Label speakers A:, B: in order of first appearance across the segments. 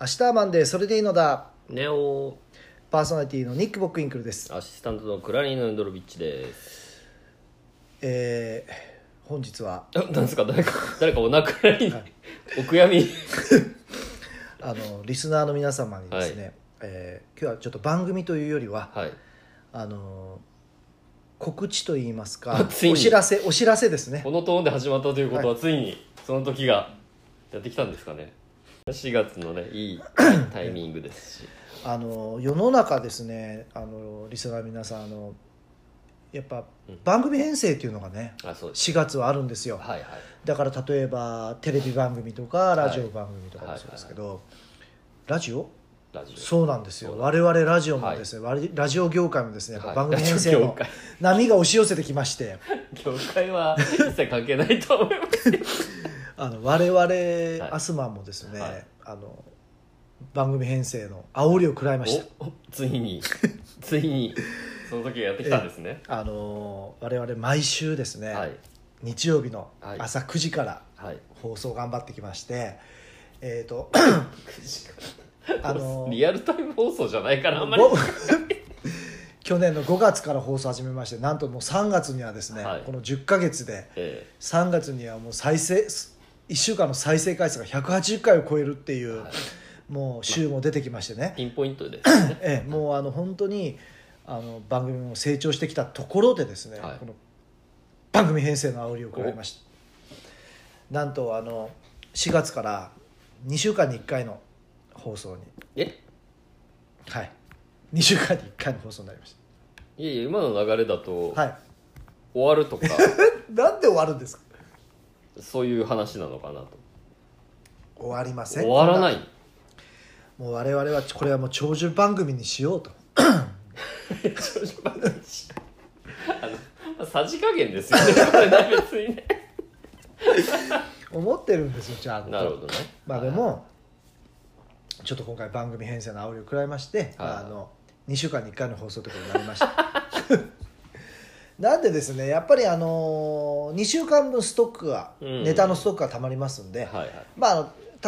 A: 明日はマンデーそれでいいのだ
B: ネオ
A: パーソナリティのニック・ボックインクルです、
B: アシスタントのクラリーノ・ンドロビッチです
A: えー本日は
B: あなんですか誰か誰かお亡くなりにお悔やみ
A: あのリスナーの皆様にですね、えー今日はちょっと番組というよりは
B: はい
A: あのー告知といいます
B: あ
A: か
B: ついに
A: お知らせお知らせですね
B: このトーンで始まったということは、
A: は
B: ついにその時がやってきたんですかね4月のねいいタイミングですし
A: あの世の中ですねあのリスナーの皆さんあのやっぱ
B: うん
A: 番組編成っていうのがね
B: あそうです
A: 4月はあるんですよ
B: はいはい
A: だから例えばテレビ番組とかラジオ番組とか
B: は
A: も
B: い
A: そうですけど、ラジオ
B: ラジオ
A: そうなんですよ
B: そうだ
A: 我々ラジオもですね、我々ラジオ業界もですねやっ
B: は
A: ぱ
B: い
A: 番組編成
B: ラジオ業
A: の
B: 界
A: 波が押し寄せてきまして
B: 業界は一切関係ないと思いますけど
A: あの我々アスマンもですね、
B: はい
A: あの番組編成の煽りを食らいました
B: おおついについにその時がやってきたんですね、
A: あの我々毎週ですね、
B: はい
A: 日曜日の
B: はい
A: 朝9時から
B: はい
A: 放送頑張ってきまして、えっ、とあの
B: リアルタイム放送じゃないからあんまり
A: ご 去年の5月から放送始めましてなんともう3月にはですね、
B: はい
A: この10ヶ月で
B: え
A: 3月にはもう再生1週間の再生回数が180回を超えるってい
B: え
A: う、
B: はい
A: もう週も出てきましてね、
B: ピンポイントですね
A: ええ、もうあの本当にあの番組も成長してきたところでですね、
B: はい
A: この番組編成の煽りを食らいましたなんとあの4月から2週間に1回の放送に
B: え
A: はい2週間に1回の放送になりまし
B: いやいや今の流れだと、
A: たはい
B: 終わるとか
A: なんで終わるんですか
B: そういう話なのかなと
A: 終わりません
B: 終わらない
A: もう我々はこれはもう長寿番組にしようと
B: 少女漫画にしあのまあさじ加減ですよ ねこれね別にね
A: 思ってるんですよちゃんと
B: なるほどね
A: まあでもちょっと今回番組編成の煽りを食らいまして、まあ、あの2週間に1回の放送ということになりました なんでですねやっぱりあの2週間分ストックが、
B: うん
A: ネタのストックがたまりますんで、
B: はいはい
A: まああ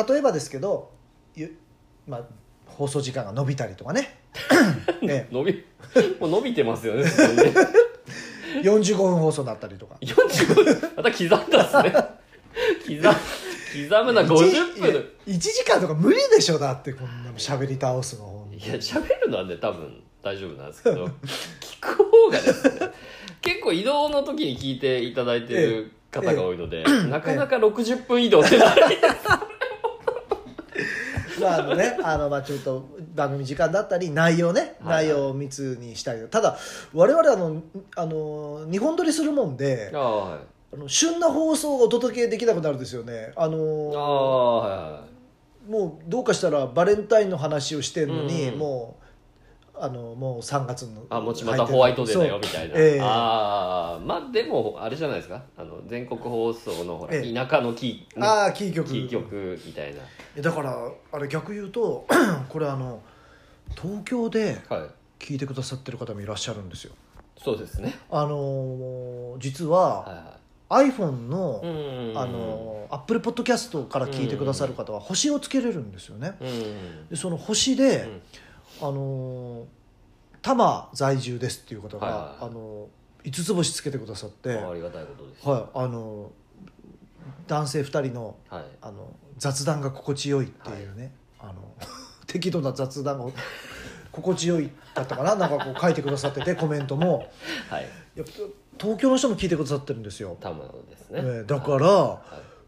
A: の例えばですけど、ゆまあ、放送時間が延びたりとか ね、え
B: 伸び もう伸びてますよねそこね
A: え、45分放送になったりとか
B: 45また刻んだですね刻刻むな50分の
A: 1時間とか無理でしょだってこんなもん喋り倒すのほんと
B: いや喋るのはね多分大丈夫なんですけど聞く方がですね結構移動の時に聞いていただいてる方が多いので、なかなか60分移動ってない
A: まああのね、あのまあちょっと番組時間だったり内容ね
B: はい
A: 内
B: はい
A: 容を密にしたりただ我々あのあの日本撮りするもんで
B: ああはい
A: あの旬な放送をお届けできなくなるんですよねあ
B: あ
A: の
B: あはいはい
A: もうどうかしたらバレンタインの話をしてんのに、
B: うんうん
A: もうあのもう3月の
B: あもちまたホワイトデーだよみたいな、
A: ええ
B: ああまあでもあれじゃないですかあの全国放送のほら、
A: ええ
B: 田舎のキー,、
A: そうああキー局
B: キー局みたいな
A: えだからあれ逆言うと これあの東京で
B: はい
A: 聞いてくださってる方もいらっしゃるんですよ
B: そうですね
A: あの実
B: はい
A: は
B: は
A: iPhone の、
B: いうん
A: あのアップルポッドキャストから聞いてくださる方は星をつけれるんですよね、
B: うん
A: でその星で、
B: うん
A: あのー多摩在住ですっていう方が、
B: はいはいはい
A: あの5つ星つけてくださって、
B: あありがたいことです
A: はいあの男性2人の
B: はい
A: あの雑談が心地よいっていうね、あの 適度な雑談が心地よいだったかななんかこう書いてくださっててコメントも
B: はい
A: やっぱ東京の人も聞いてくださってるんですよ、
B: 多分です
A: え
B: ね、
A: ーだから、
B: は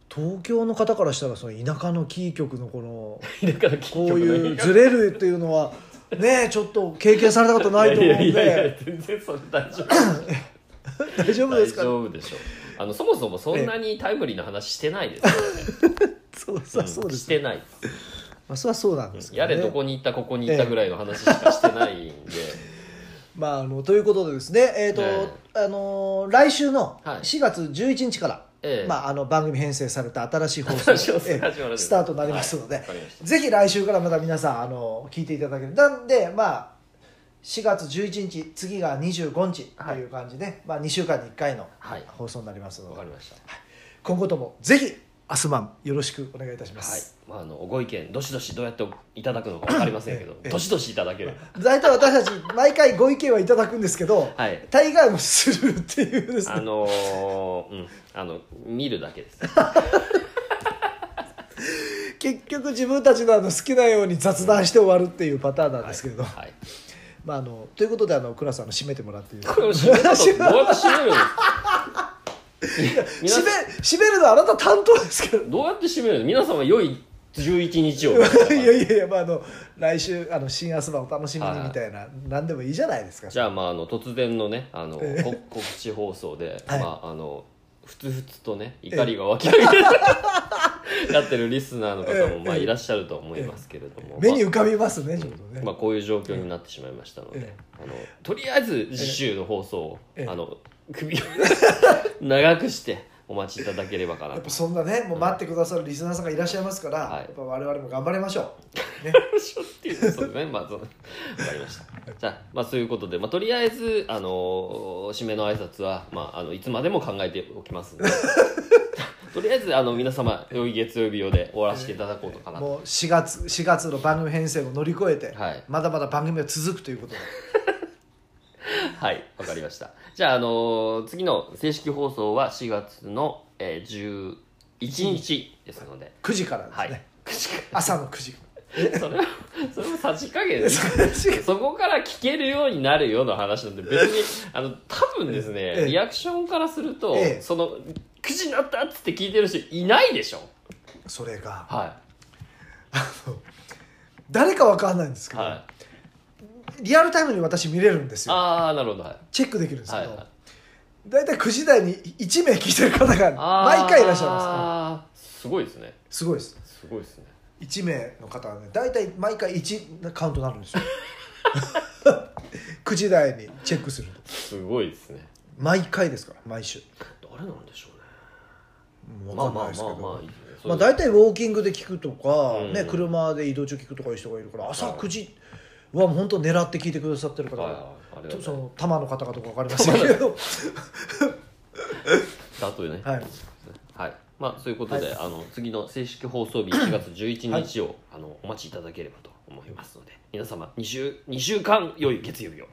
A: 東京の方からしたらその田舎のキー局のこ の
B: い、田舎のキー
A: こう
B: 局の
A: いうずれるっていうのはねえちょっと経験されたことないと思うん
B: いやいやいや
A: で
B: 全然それ大丈 夫
A: 大丈夫で
B: 大
A: すか
B: 丈夫でしょうあのそもそもそんなにタイムリーな話してない です、
A: そうそうそうで
B: し
A: す
B: てないです
A: まあそれはそうなんですけ
B: や
A: ど
B: れど
A: ね
B: こに行ったここに行ったぐらいの話しかしてないんで、
A: まああのということでですねえっと
B: え
A: あのー来週の
B: はい
A: 4月11日から
B: ええ
A: まああの番組編成された新しい放送
B: 新しい放送
A: ええ
B: 始まるんです
A: スタートになりますので
B: はいわかりました
A: ぜひ来週からまた皆さんあの聞いていただけるなんでまあ4月11日次が25日という感じで、まあ、2週間に1回の
B: はい
A: 放送になりますの
B: わ
A: で、
B: かりました
A: 今後ともぜひ明日晩よろしくお願いいたします、
B: まあ、あのご意見どしどしどうやっていただくのか分かりませんけど
A: ええ
B: どしどしいただければ
A: 大体私たち毎回ご意見はいただくんですけど
B: はい
A: 大概もスルーっていうです
B: あ
A: ね
B: のーうんあの見るだ けです
A: 結局自分たちのあの好きなように雑談して終わるっていうパターンなんですけれど、
B: はい、
A: まああのということであの倉さんの締めてもらっていいです
B: こ
A: か
B: れを 締めたとどうやって締めるの 皆さ
A: 締め締めるのはあなた担当ですけど
B: どうやって締めるの皆様良い11日 を
A: いやいやい やまああの来週あの新明日晩お楽しみにみたいな何でもいいじゃないですか
B: じゃあまああの突然のねあの
A: ええ
B: こ 告知放送で、
A: はい
B: まああのふつふつとね怒りが湧き上げてやって るリスナーの方もまあ
A: ええ
B: いらっしゃると思いますけれども、
A: 目に浮かびますねちょっとね、
B: まあ、こういう状況になってしまいましたので、
A: ええ
B: あのとりあえず次週の放送を、
A: ええ
B: あの首を 長くしてお待ちいただければか
A: や
B: な
A: っぱ
B: と
A: そんなねもう待ってくださるリスナーさんがいらっしゃいますから、
B: はい
A: やっぱ我々も頑張りましょう、ね、
B: っていうそうですねまあそのわかりましたじゃあまあそういうことで、まあ、とりあえずあの締めの挨拶はまああのいつまでも考えておきますので とりあえずあの皆様良い月曜日をで終わらせていただこうとかなと
A: もう4月4月の番組編成を乗り越えて、
B: はい
A: まだまだ番組は続くということで
B: はいわかりましたじゃああの次の正式放送は4月の、えー11日ですので
A: 9時からですね、
B: はい
A: 朝の9時
B: それはそれもさじ加減です
A: か
B: そこから聞けるようになるよの話なんで別 にあの多分です
A: ええ
B: ねリアクションからすると、
A: ええ
B: その9時になったっつって聞いてる人いないでしょ
A: らそれが
B: は
A: 誰かわかんないんです
B: い
A: けど、
B: はい
A: リアルタイムに私見れるんですよ
B: ああなるほどはい
A: チェックできるんですけ
B: はい
A: ど、
B: はい
A: 大体9時台に1名聞いてる方が
B: あー
A: 毎回いらっしゃいますから
B: すごいですね
A: すごいです
B: すごいですね
A: 1名の方はね大体毎回1カウントになるんですよ 9時台にチェックすると
B: すごいですね
A: 毎回ですから毎週
B: 誰なんでしょうね
A: 分
B: ま
A: か
B: あ
A: んな
B: ま
A: い
B: あ
A: です
B: ま
A: け
B: あ
A: ど
B: まあいい
A: まあ、大体ウォーキングで聞くとか、
B: うん
A: ね、車で移動中聞くとかいう人がいるから朝9時はもう本当狙って聞いてくださってる方
B: はい
A: が、
B: はいあれ
A: とその玉の方かどうか分かりませんけど、
B: だとね
A: はい、
B: はい、まあ、そういうことで、
A: はい
B: あの、次の正式放 送日4月11日を、あの、お待ちいただければと思いますので。皆様、2週、2週間、良い月曜日を。